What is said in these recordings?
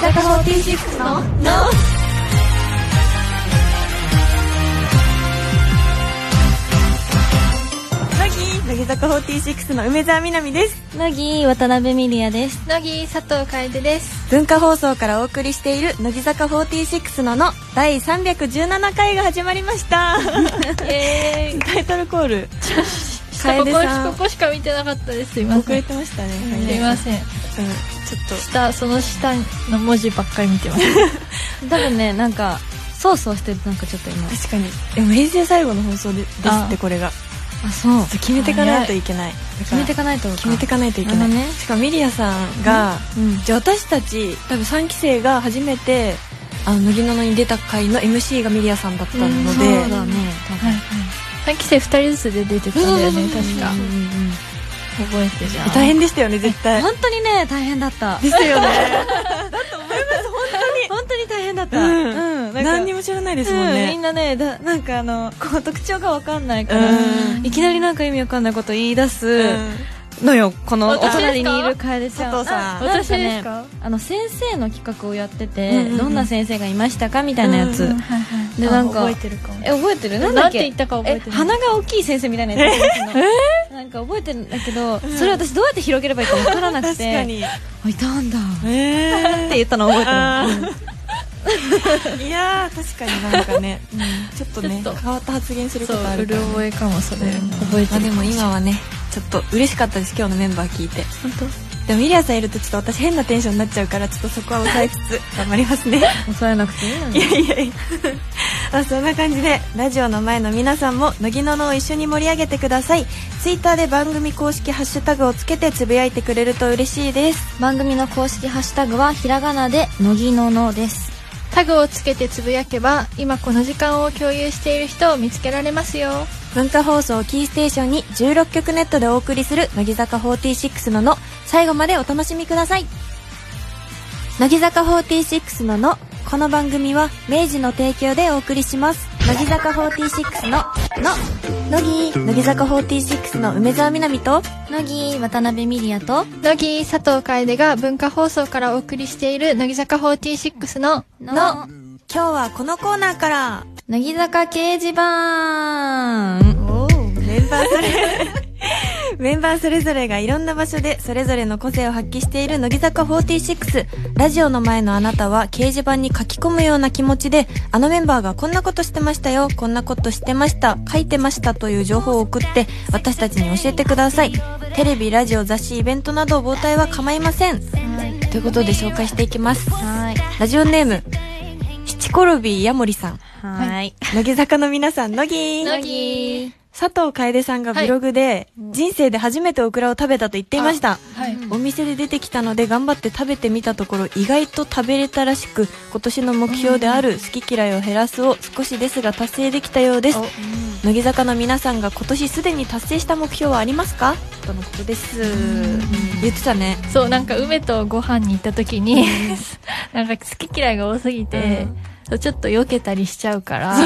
坂46の「ノー乃木乃木坂46の梅澤美波です乃木渡辺美里也です乃木佐藤楓 です文化放送からお送りしている乃木坂46のの第317回が始まりましたえタイトルコール こ楓こさんここしか見てなかったですすいま遅せんれすてましたねいませんうんちょっと下その下の文字ばっかり見てます多分ねなんかそうそうしてるなんかちょっと今確かにでも平成最後の放送でですあってこれがあそうちょっと決めていかないといけないだ決からめてかないと決めていかないといけなあい、のねしかもミリアさんが、うんじゃあ私たち多分3期生が初めてあの乃木の野に出た回の MC がミリアさんだったので、うんそうだね多分3期生2人ずつで出てたん だよね確かうんうんうん覚えてじゃん大変でしたよね絶対本当にね大変だったですよね本当に大変だったうん、うんなんか何にも知らないですもんね、うんみんなねだなんかあのこう特徴が分かんないかうらんいきなりなんか意味分かんないこと言い出うすんのよこのお私ですか隣にいる楓ちゃん佐藤さんあなか私ねですかあの先生の企画をやってうんてうんうんどんな先生がいましたかみたいなやつうんうんはいはいでなんか覚えてるかもえ覚えてるなんだなっんて言けったか覚ええてない鼻が大きい先生みたいなやつ私のなんか覚えてるんだけどそれ私どうやって広げればいいか分からなく確てかにあいたんだっえて言ったの覚えてるー、 いやー確かになんかね、うんちょっとねちょっと変わった発言するこそうとあうるかるら、ね、覚えかもそれ覚えてまあるでも今はねちょっと嬉しかったです今日のメンバー聞いて本当でもミリアさんいるとちょっと私変なテンションになっちゃうからちょっとそこは抑えつ つ頑張りますね抑えなくていいのいにやいやいやまあそんな感じでラジオの前の皆さんも乃木ののを一緒に盛り上げてくださいツイッターで番組公式ハッシュタグをつけてつぶやいてくれると嬉しいです番組の公式ハッシュタグはひらがなで乃木ののですタグをつけてつぶやけば今この時間を共有している人を見つけられますよ文化放送をキーステーションに16曲ネットでお送りする乃木坂46のの最後までお楽しみください乃木坂46ののこの番組は明治の提供でお送りします乃木坂46のの乃木乃木坂46の梅澤美波と乃木渡辺美里也と乃木佐藤楓が文化放送からお送りしている乃木坂46のの今日はこのコーナーから乃木坂掲示板おーメンバーそれ メンバーそれぞれがいろんな場所でそれぞれの個性を発揮している乃木坂46ラジオの前のあなたは掲示板に書き込むような気持ちであのメンバーがこんなことしてましたよこんなことしてました書いてましたという情報を送って私たちに教えてくださいテレビラジオ雑誌イベントなど傍体は構いませんはいということで紹介していきますはいラジオネーム七転びヤモリさんはい乃木坂の皆さん乃木乃木佐藤楓さんがブログで、人生で初めてオクラを食べたと言っていましたはいお店で出てきたので頑張って食べてみたところ意外と食べれたらしく今年の目標である好き嫌いを減らすを少しですが達成できたようですお乃木坂の皆さんが今年すでに達成した目標はありますかとのことです言ってたねそうなんか梅とご飯に行った時になんか好き嫌いが多すぎて、そうちょっと避けたりしちゃうから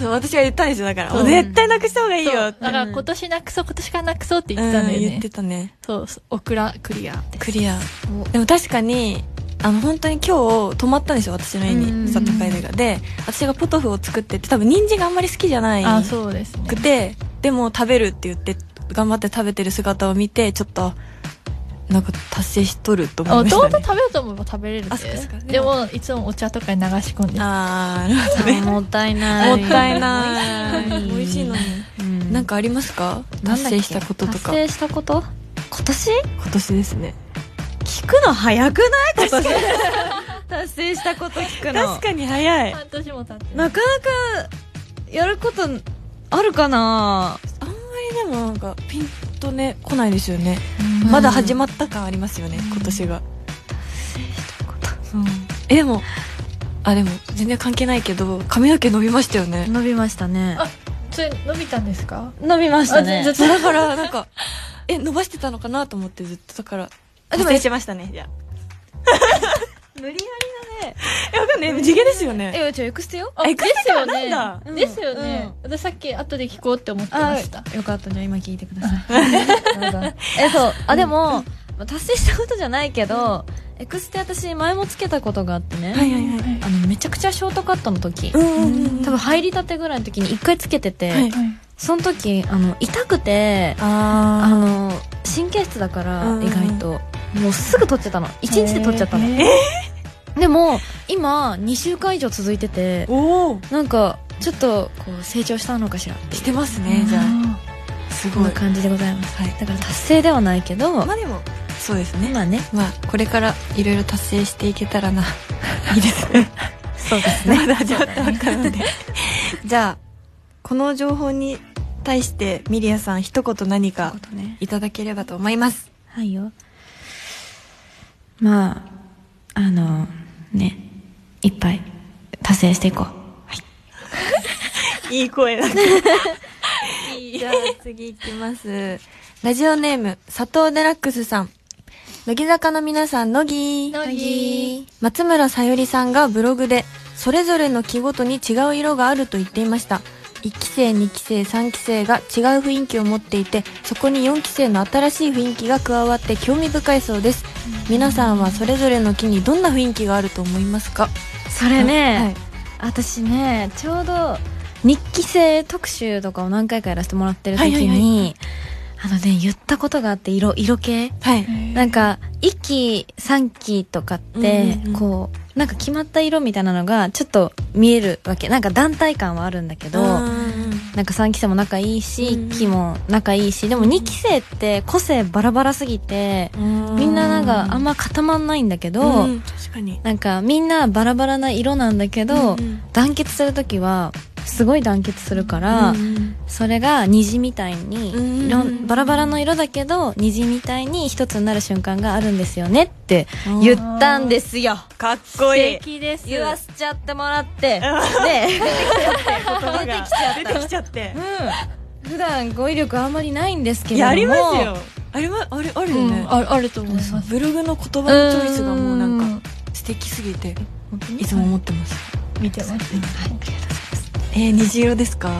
そう私が言ったんですよだからそう絶対なくした方がいいそようっだてから今年なくそう今年からなくそうって言ってたんだようん言ねってたねそうオクラクリアってクリアでも確かにあの本当に今日泊まったんですよ私の家うんうんうにん佐藤楓がで私がポトフを作ってて多分人参があんまり好きじゃないあそうですねくてでも食べるって言って頑張って食べてる姿を見てちょっとなんか達成しとると思いまし弟た食ねべようと思えば食べれるあっそってかそっかでもいつもお茶とかに流し込んであーなるほどねもったいないもったいない い美味しいのにうんなんかありますかなん達だっけ成したこととか達成したこと今年今年ですね聞くの早くない今年達成したこと聞くの確かに早い半年も経ってなかなかやることあるかなあんまりでもなんかピンとね来ないですよねまだ始まった感ありますよね、今年が。うんえ、でも、あ、でも、全然関係ないけど、髪の毛伸びましたよね。伸びましたねあそれ伸びたんですか伸びましたねあずそずうだから、なんか、 え、伸ばしてたのかなと思ってずっと、だから。あ、でも、え、しましたねじゃ無理やりだねわかんない。地毛ですよね。えじゃあエクステよあえですよ口ねがなんだうんですよね、私さっき後で聞こうって思ってましたよかったじゃあ今聞いて くださいどうぞえそうあでもまあ達成したことじゃないけど、エクステ私前もつけたことがあってね、はいはいはい。あのめちゃくちゃショートカットの時、うんうんうん。多分入りたてぐらいの時に一回つけてて、はいはいその時あの痛くてああの神経質だから、うんうん意外ともうすぐ取っちゃったの1日で取っちゃったの、えーでも今2週間以上続いててー。おお。なんかちょっとこう成長したのかしらしてますね、じゃあ。すこんご。ない感じでございます、はいだから達成ではないけど、まあでも、そうですね。今ねまあ、これからいろいろ達成していけた らな。いいですね。そうですまだ始まったばっかなので。じゃあ、この情報に対してミリアさん一言何かことねいただければと思います。はいよまああのねいっぱい達成していこういい声だ じゃあ次いきます。ラジオネーム、佐藤デラックスさん。乃木坂の皆さん、乃木乃木松村さゆりさんがブログで、それぞれの木ごとに違う色があると言っていました。1期生、2期生、3期生が違う雰囲気を持っていて、そこに4期生の新しい雰囲気が加わって興味深いそうです。皆さんはそれぞれの木にどんな雰囲気があると思いますかそれね、私ねちょうど日記生特集とかを何回かやらせてもらってる時に、はいはいはあのね言ったことがあって色色系はい。なんか1期3期とかって、うんうんうんこうなんか決まった色みたいなのがちょっと見えるわけなんか団体感はあるんだけど、なんか3期生も仲いいし、うんうん1期も仲いいしでも2期生って個性バラバラすぎて、みみんななんかあんま固まんないんだけど、うん確かになんかみんなバラバラな色なんだけど、うんうん団結する時はすごい団結するから、うんそれが虹みたいに、うんいろんバラバラの色だけど虹みたいに一つになる瞬間があるんですよねって言ったんですよかっこいい素敵です言わせちゃっても らってで出出てきちゃった出てきちゃってうん普段語彙力あんまりないんですけれどもやりますよあれはあれあるよねうん、ああると思いますブログの言葉のチョイスがもうなんかか素敵すぎて本当にいつも思ってます見てますえー虹色ですか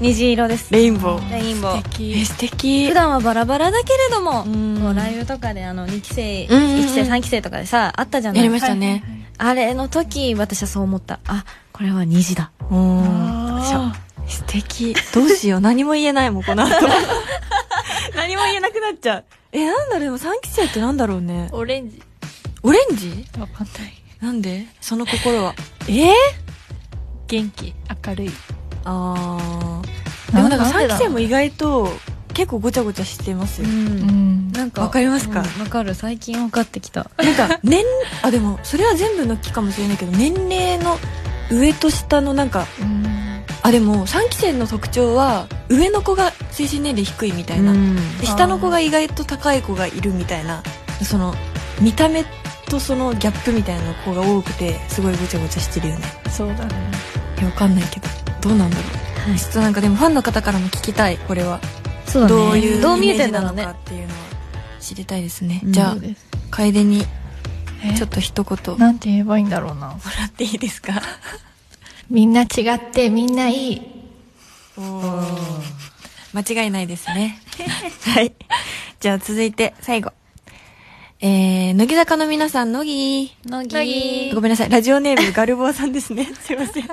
虹色ですレインボーレインボーえ敵ー素敵普段はバラバラだけれども、うんもうライブとかであの2期生、うんうんうん1期生3期生とかでさあったじゃないやりましたねあれの時私はそう思ったあこれは虹だおーよいしょあ素敵どうしよう何も言えないもんこの後何も言えなくなっちゃうえなんだろうでも3期生ってなんだろうねーオレンジオレンジわかんないなんでその心はえ元気明るいあーでもなんかなんで3だろう期生も意外と結構ごちゃごちゃしてますうよ、ん、んなんかわかりますかうんわかる最近分かってきたなんか 年あでもそれは全部の期かもしれないけど年齢の上と下のなんかあでも3期生の特徴は上の子が精神年齢低いみたいな、で下の子が意外と高い子がいるみたいなその見た目とそのギャップみたいな子が多くてすごいごちゃごちゃしてるよねそうだねいやわかんないけどどうなんだろう、はいちょっとなんかでもファンの方からも聞きたいこれはそうだねどういうどう見イえメてーんジだなろうのねかっていうのは知りたいですね、うんじゃそあうです楓にえちょっと一言もらなんて言えばいいんだろうなっていいですかみんな違ってみんないい 間違いないです ねはいじゃあ続いて最後えー、乃木坂の皆さん、乃木。乃木ごめんなさい。ラジオネーム、ガルボーさんですね。 すいません。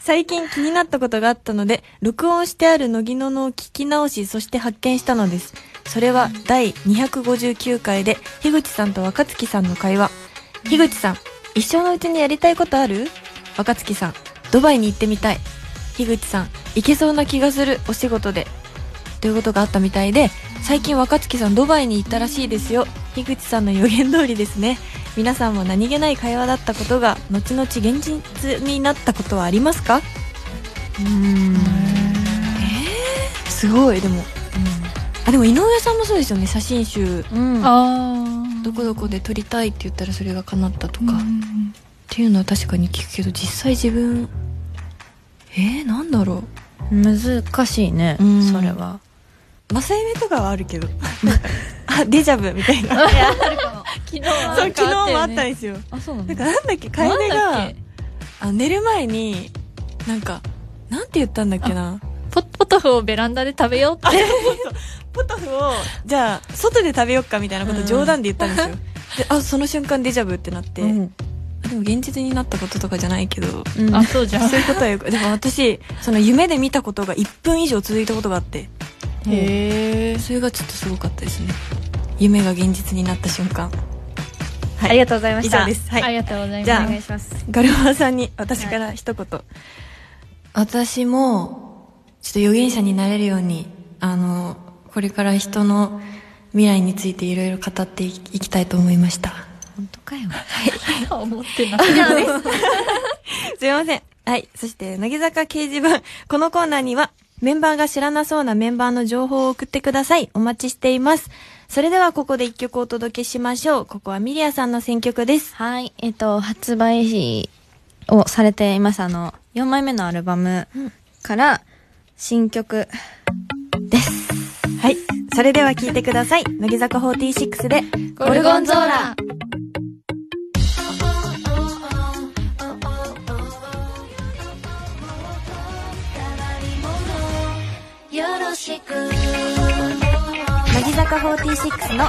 最近気になったことがあったので、録音してある乃木ののを聞き直し、そして発見したのです。それは第259回で、樋口さんと若月さんの会話。樋口さん、一生のうちにやりたいことある若月さん、ドバイに行ってみたい。樋口さん、行けそうな気がする、お仕事で。ということがあったみたいで、最近若月さんドバイに行ったらしいですよ。樋口さんの予言通りですね。皆さんも何気ない会話だったことが、後々現実になったことはありますかうんすごいでもあでも井上さんもそうですよね写真集うんああどこどこで撮りたいって言ったらそれが叶ったとうか、っんていうのは確かに聞くけど実際自分えー、なんだろ難しいねうんそれはうマサイメとかはあるけど あデジャブみたい な昨日はそう昨日もあっねたんですよあそうななんのかなんだっけ楓ながんだっけあ寝る前になんかなんて言ったんだっけなポポトフをベランダで食べようってポトフをじゃあ外で食べよっかみたいなこと冗談で言ったんですよ、 であその瞬間デジャブってなって、うんでも現実になったこととかじゃないけど、うんあ、そうじゃん。そういうことはよくでも私その夢で見たことが1分以上続いたことがあってへえ。それがちょっとすごかったですね夢が現実になった瞬間ありがとうございま以した上ですはあいりがとうございます。じゃあお願いしますガルマさんに私から一言、私もちょっと預言者になれるようにあのこれから人の未来についていろいろ語っていきいきたいと思いました本当かよ思ってなかった。すいません。はい。そして、乃木坂掲示板。このコーナーには、メンバーが知らなそうなメンバーの情報を送ってください。お待ちしています。それでは、ここで一曲お届けしましょう。ここはミリアさんの選曲です。はいえっと発売日をされていますあの4枚目のアルバムから新曲ですはい。それでは聴いてください。乃木坂46で、ゴルゴンゾーラ。乃木坂46の、の、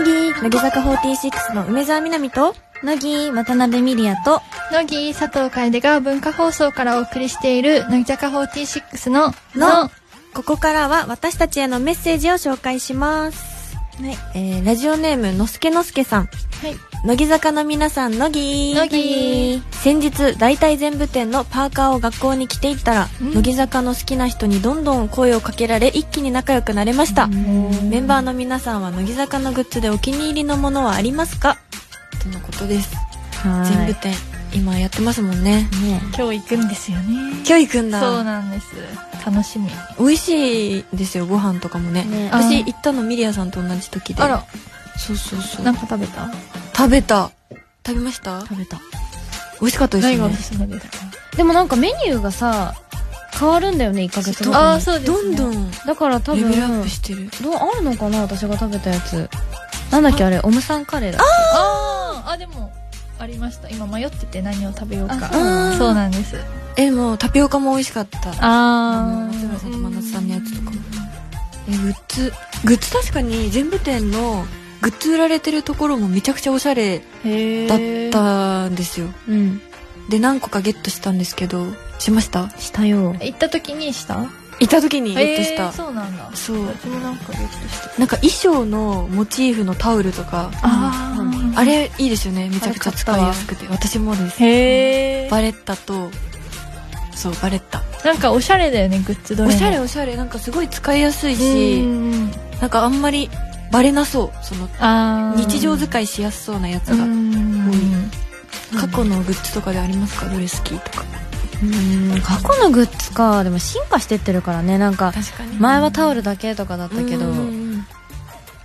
乃木、乃木坂46の梅澤美波と、乃木渡辺美里也と乃木佐藤楓が文化放送からお送りしている、乃木坂46の、の、ここからは私たちへのメッセージを紹介します。はい。えー、ラジオネーム、のすけのすけさん。はい。乃木坂の皆さん、乃木乃木先日、大体全部店のパーカーを学校に着ていったら、うん乃木坂の好きな人にどんどん声をかけられ、一気に仲良くなれました。メンバーの皆さんは乃木坂のグッズでお気に入りのものはありますかとのことです。全部店、今やってますもんね。ね今日行くんですよね。今日行くんだ。そうなんです。楽しみ。美味しいですよご飯とかもねね私あー行ったのミリアさんと同じ時であら、そうそうそなうんか食べた食べた食べました食べた。美味しかったです何よがね美味しそうですかでもなんかメニューがさ変わるんだよね1ヶ月ごとにあーそうですねどんどんレだから多ベ分ルアップしてるどうあるのかな私が食べたやつなんだっけあれオムサンカレーだあーあ、でも、ありました。今迷ってて何を食べようか。あそうなんです。えでもタピオカも美味しかったのあ松村さんと真夏さんのやつとかもうんえグッズグッズ確かに全部店のグッズ売られてるところもめちゃくちゃおしゃれへだっえ。たんですようんで何個かゲットしたんですけどしましたしたよ行った時にした行った時にゲットしへーたそうなんだ。そう私もなんかゲットしてた。なんか衣装のモチーフのタオルとかあーあれいいですよねめちゃくちゃ使いやすくて私もですへえ。バレッタとそうバレッタなんかおしゃれだよね、グッズどれおもしゃれおしゃれなんかすごい使いやすいししなんかあんまりバレなそうそのあー日常使いしやすそうなやつうがん過去のグッズとかでありますかどれ好きとかうん過去のグッズかでも進化してってるからねなんか確かに前はタオルだけとかだったけどうん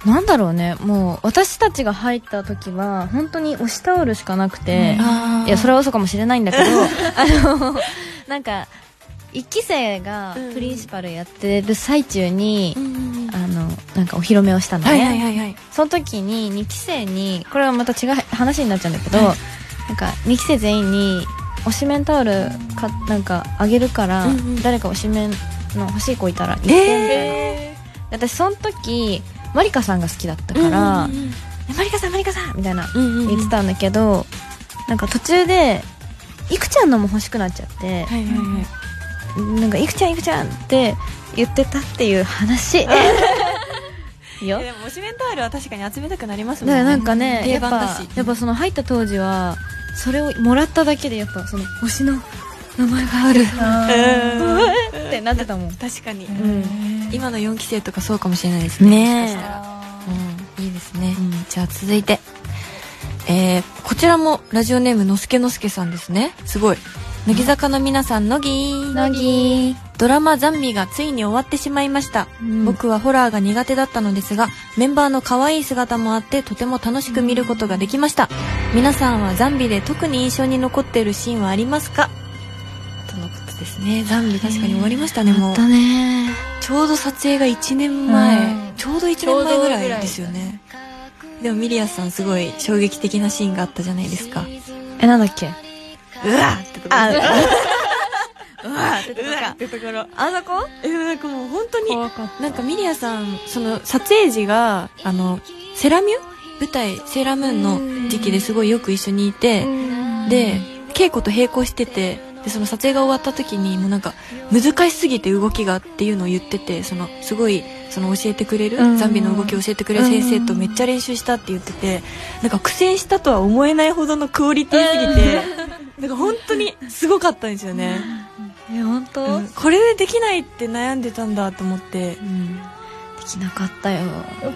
なんだろうねもう私たちが入った時は本当に押しタオルしかなくてあーいやそれは嘘かもしれない んだけどあのなんか一期生がプリンシパルやってる最中にうんうんうんあのなんかお披露目をしたのね、はいはいはいはいその時に2期生にこれはまた違う話になっちゃうんだけど、なんか2期生全員に推しメンタオルかなんかあげるから、うんうん誰か推しメンの欲しい子いたら言ってみたいな、え私その時まりかさんが好きだったーからうん「まりかさんまりかさん!」みたいなうんうんうん言ってたんだけど、なんか途中でいくちゃんのも欲しくなっちゃって、はいはいはいなんかいくちゃんいくちゃんって言ってたっていう話 よいやでも推しメンタオルは確かに集めたくなりますもんだかねらなんかね、定やっ番だぱしやっぱその入った当時はそれをもらっただけでやっぱその推しの名前があるあうんってなってたもん確かにーうん今の4期生とかそうかもしれないですねえもしかしたらあうんいいですね、じゃあ続いてえー、こちらもラジオネームのすけのすけさんですねすごい乃木坂の皆さん乃木乃木ドラマ「ザンビ」がついに終わってしまいました、うん僕はホラーが苦手だったのですがメンバーの可愛い姿もあってとても楽しく見ることができました皆さんはザンビで特に印象に残っているシーンはありますかとのことですねザンビ確かに終わりましたねもうだねちょうど撮影が1年前、うんちょうど1年前ぐらいですよねでもミリアさんすごい衝撃的なシーンがあったじゃないですかえなんだっけ うわってとこですねあってとかてところあそこえなんかもう本当に怖かっなんかミリアさんその撮影時があのセラミュ舞台「セーラームーン」の時期ですごいよく一緒にいて、た。で稽古と並行しててでその撮影が終わった時にもうなんか難しすぎて動きがっていうのを言っててそのすごいその教えてくれる、うんザンビの動きを教えてくれる先生とめっちゃ練習したって言ってて、なんか苦戦したとは思えないほどのクオリティすぎて、なんか本当にすごかったんですよね、え本当ううんこれでできないって悩んでたんだと思ってんできなかったよ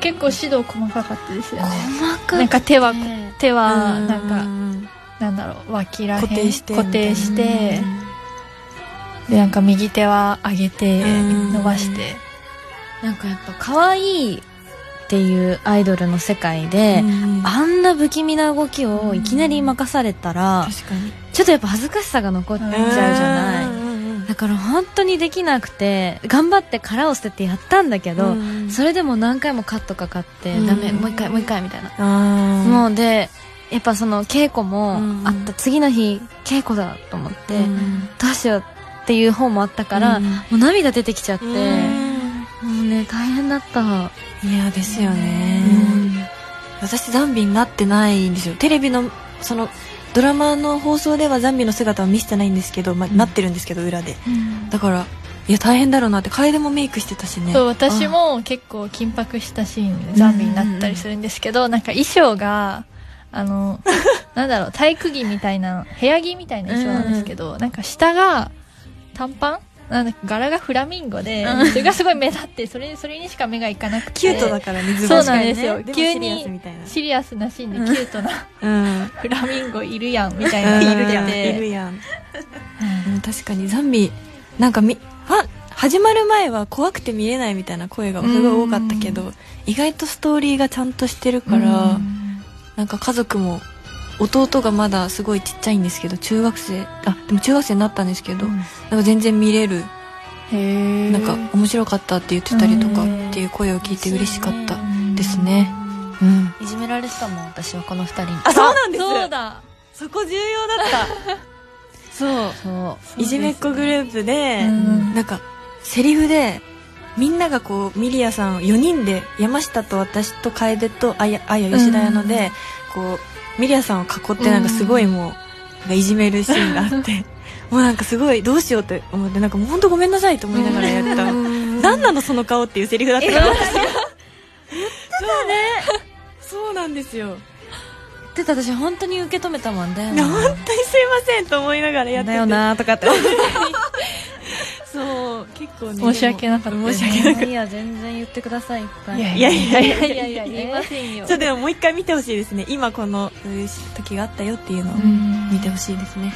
結構指導細かかったですよね。細かなんか手は、手は、うんなんか、なんだろう、脇らへん固定して固定みしたいなて、で、なんか右手は上げて、うん伸ばして。なんかやっぱ可愛いっていうアイドルの世界で、うんあんな不気味な動きをいきなり任されたら、確かにちょっとやっぱ恥ずかしさが残っちゃうじゃない、だから本当にできなくて頑張って殻を捨ててやったんだけど、それでも何回もカットかかって、うんダメもう一回もう一回みたいな、あもううでやっぱその稽古もうんあった、次の日稽古だと思って、でどうしようっていう方もあったから、もう涙出てきちゃって、もうね大変だった、いやですよね、うん私ザンビになってないんですよテレビのそのドラマの放送ではザンビの姿は見せてないんですけど、ま、なってるんですけど裏でだからいや大変だろうなって楓もメイクしてたしねそう、私も結構緊迫したシーンでザンビになったりするんですけど、なんか衣装が、あ の、なんだろう、体育着みたいな、部屋着みたいな衣装なんですけど、なんか下が短パンなんだ柄がフラミンゴで、それがすごい目立って、それ、それにしか目がいかなくて。キュートだから水そうなんですよ急急にシリアスにみたいなシリアスなシーンでキュートな、 うんフラミンゴいる やん、みたいなのが出てているやんうん確かにザンビなんかみファン始まる前は怖くて見れないみたいな声がすごい多かったけど意外とストーリーがちゃんとしてるからなんか家族も弟がまだすごいちっちゃいんですけど中学生あでも中学生になったんですけど、うんなんか全然見れるへなんか面白かったって言ってたりとかうんっていう声を聞いて嬉しかったですねうんいじめられてたもん私はこの二人にあそうなんですそうだ。そこ重要だった そうそいじめっ子グループで、うんなんかセリフでみんながこうミリアさんを4人で山下と私と楓とあやあや吉田屋ので、こうミリアさんを囲ってなんかすごいもう、なんかいじめるシーンがあって もうなんかすごいどうしようって思ってなんかもう本当ごめんなさいと思いながらやった、何なのその顔っていうセリフだった から私が言ってたねそうなんですようで私本当に受け止めたもんだよい や本当にすいませんと思いながらやっててだよなとかってそう結構ね申し訳なかったよね申し訳なかったいや全然言ってくださいいっぱいいやいやいやいやいやいや、言いませんよ ちょ。っとでももう一回見てほしいですね今このこういう時があったよっていうのを見てほしいですね、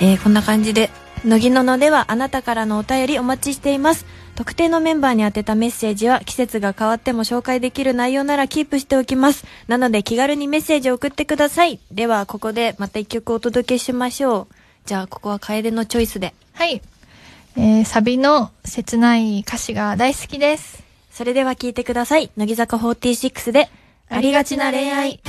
えーこんな感じで乃木ののではあなたからのお便りお待ちしています特定のメンバーに宛てたメッセージは季節が変わっても紹介できる内容ならキープしておきますなので気軽にメッセージを送ってくださいではここでまた一曲お届けしましょうじゃあここは楓のチョイスではい。えーサビの切ない歌詞が大好きです。それでは聞いてください乃木坂46でありがちな恋愛。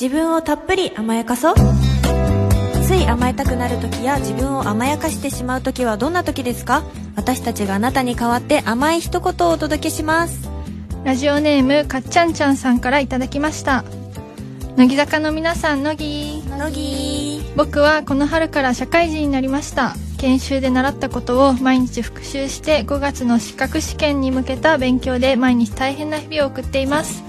自分をたっぷり甘やかそうつい甘えたくなる時や自分を甘やかしてしまう時はどんな時ですか私たちがあなたに代わって甘い一言をお届けしますラジオネーム、かっちゃんちゃんさんからいただきました。乃木坂の皆さん、乃木。乃木僕はこの春から社会人になりました。研修で習ったことを毎日復習して、5月の資格試験に向けた勉強で毎日大変な日々を送っています。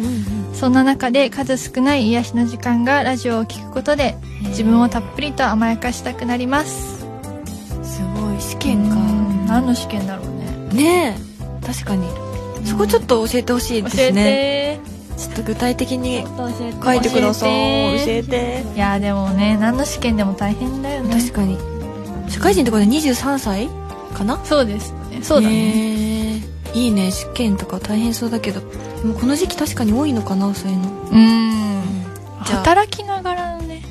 そんな中で数少ない癒しの時間がラジオを聞くことで、自分をたっぷりと甘やかしたくなります。すごい試験か何の試験だろうね。ねえ確かにそこちょっと教えてほしいですね教えてちょっと具体的に教書いてください教えていやでもね何の試験でも大変だよね確かに社会人ってことで23歳かなそうですねそうだねねえいいね試験とか大変そうだけどでもこの時期確かに多いのかなそういうのうんじゃあ働きながらのね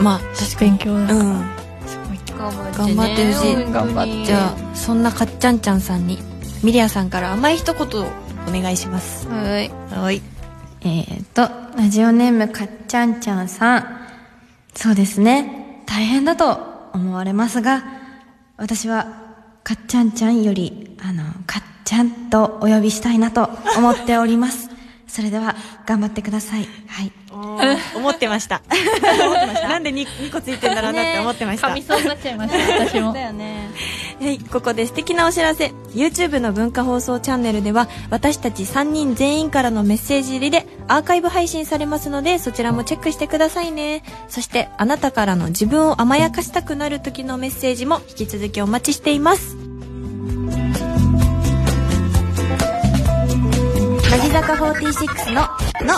まあ確かに勉強だからうんすごいえ頑張ってほしい頑張ってじゃあそんなかっちゃんちゃんさんにミリアさんから甘い一言をお願いしますはい はいえっ、ー、とラジオネームかっちゃんちゃんさんそうですね大変だと思われますが私はかっちゃんちゃんよりあのかっちゃんとお呼びしたいなと思っておりますそれでは頑張ってくださいはい思ってました なんで 2, 2個ついてんだろうなって思ってました、噛みそうになっちゃい ました私もだよねはい、ここで素敵なお知らせ YouTube の文化放送チャンネルでは私たち3人全員からのメッセージ入りでアーカイブ配信されますのでそちらもチェックしてくださいねそしてあなたからの自分を甘やかしたくなる時のメッセージも引き続きお待ちしています乃木坂46の「の」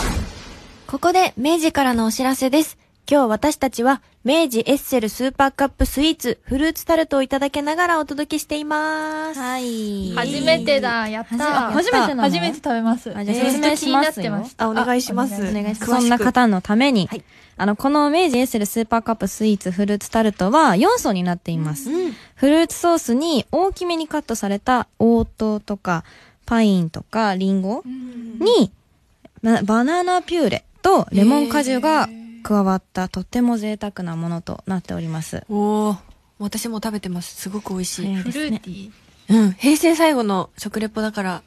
ここで明治からのお知らせです。今日私たちは明治エッセルスーパーカップスイーツフルーツタルトをいただきながらお届けしています。はい初めてだやったあ初めてなの初めて食べますあじゃあえー説明しますよずっと気になってしたあお願いしますあお願いお願いし詳しまくすそんな方のために、はいあの、この明治エッセルスーパーカップスイーツフルーツタルトは4層になっています。うん。フルーツソースに大きめにカットされた黄桃とかパインとかリンゴにババナナピューレとレモン果汁が加わったとっても贅沢なものとなっております。おー。私も食べてます。すごく美味しい。早いフでルすーねティーうん。平成最後の食レポだから、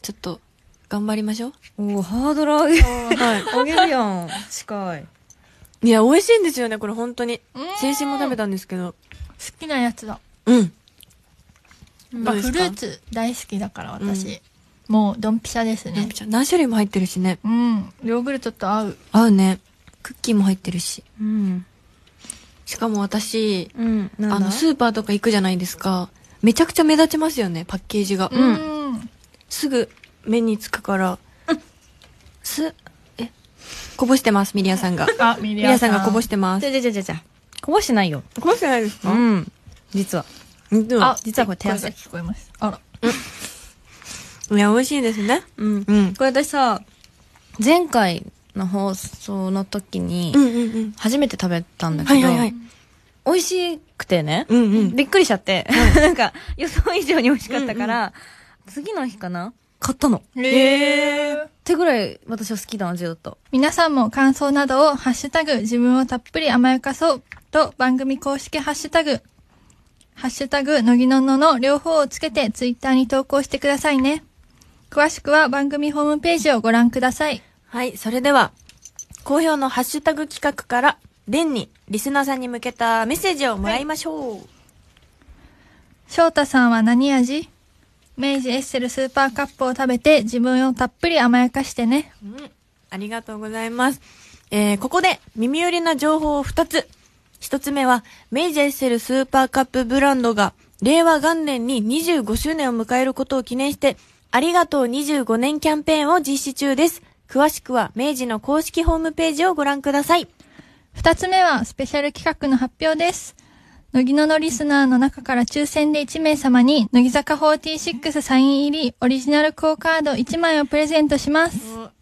ちょっと、頑張りましょう。おーハードル上げ、は 上げるやん。近い。い。いや、美味しいんですよね、これ本当に。うん先週も食べたんですけど。好きなやつだうん。まあどうでフすルかーツ大好きだから私もうドンピシャですね何種類も入ってるしね。うんヨーグルトと合う合うね。クッキーも入ってるし。うん。しかも私、うん。なんだあの、スーパーとか行くじゃないですか。めちゃくちゃ目立ちますよね、パッケージが。うんんすぐ目につくから。す、え、こぼしてます、ミリアさんが。あミミリリアアささんんがこぼしててまじす。ゃじゃじゃじゃじゃ。こぼしてないよ。こぼしてないですうん。実は。うん。ああ、実はこれ手汗声が聞こえますあらいや、美味しいですね。うん。うん。これ私さ、前回の放送の時にう、んうんうん。初めて食べたんだはけいどはい、はい。美味しくてね、うんうん。びっくりしちゃって、 なんか予想以上に美味しかったから、次の日かな買ったの。っええてぐらい私は好きな味だった。皆さんも感想などをハッシュタグ自分をたっぷり甘やかそうと番組公式ハッシュタグ、ハッシュタグのぎののの両方をつけてツイッターに投稿してくださいね。詳しくは番組ホームページをご覧ください。はい、それでは、好評のハッシュタグ企画から、デンに、リスナーさんに向けたメッセージをもらいましょう。翔太さんは何味明治エッセルスーパーカップを食べて自分をたっぷり甘やかしてね。うんありがとうございます。えー、ここで耳寄りな情報を2つ。1つ目は、明治エッセルスーパーカップブランドが、令和元年に25周年を迎えることを記念して、ありがとう25年キャンペーンを実施中です。詳しくは、明治の公式ホームページをご覧ください。二つ目はスペシャル企画の発表です。乃木ののリスナーの中から抽選で1名様に、乃木坂46サイン入りオリジナルクオカード1枚をプレゼントします。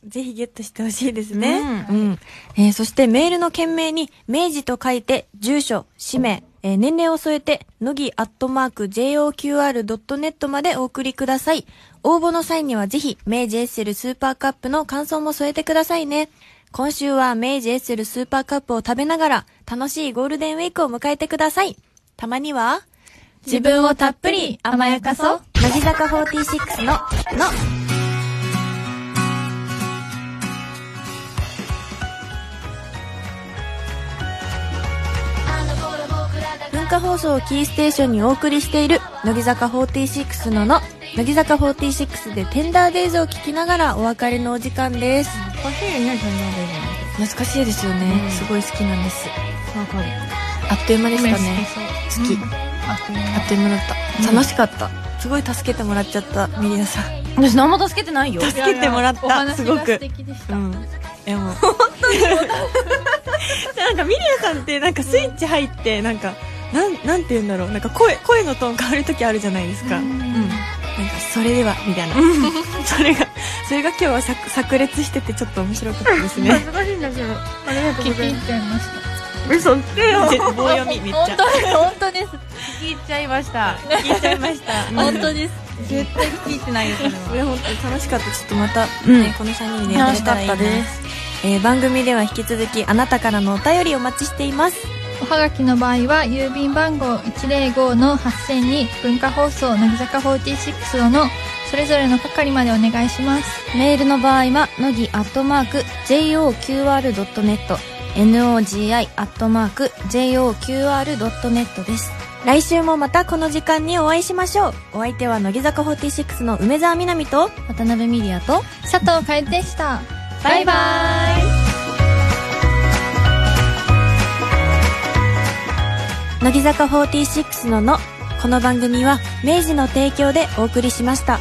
ぜひゲットしてほしいですね。うん。えーそしてメールの件名に、明治と書いて、住所、氏名、えー年齢を添えて、のぎアットマーク JOQR.net までお送りください。応募の際にはぜひ、明治エッセルスーパーカップの感想も添えてくださいね。今週は明治エッセルスーパーカップを食べながら、楽しいゴールデンウィークを迎えてください。たまには、自分をたっぷり甘やかそう。乃木坂46の、の、文化放送をキーステーションにお送りしている乃木坂46のの乃木坂46でテンダーデイズを聞きながらお別れのお時間です欲しいね、そんなで懐かしいですよね、すごい好きなんですわかる。あっという間でしたね好き、あっという間あっという間だった、楽しかったすごい助けてもらっちゃったミリアさん私何も助けてないよ。助けてもらったいやいやすお話がごく素敵で した。んえもう 本当になんかミリアさんってなんかスイッチ入ってなんかなんなんて言うんだろうなんか声声のトーン変わる時あるじゃないですか、なんか、それでは、みたいな。 それが、それが今日はさく炸裂しててちょっと面白かったですね。難しいんだけど。ありがと聞き入っちゃいました。嘘つけよ棒読みめっちゃ本当です聞いちゃいました聞いちゃいました本当です絶対聞いてないよこれはこれ本当に楽しかったちょっとまた、うんねこの3人でやれたらいい楽しかなったでえー番組では引き続きあなたからのお便りお待ちしていますおはがきの場合は郵便番号105の8000に文化放送乃木坂46度のそれぞれの係までお願いしますメールの場合は、のぎアットマーク、joqr.net、nogi アットマーク、joqr.net です。来週もまたこの時間にお会いしましょうお相手は乃木坂46の梅澤美波と渡辺ミリアと、佐藤楓でしたバイバイ乃木坂46ののこの番組は明治の提供でお送りしました。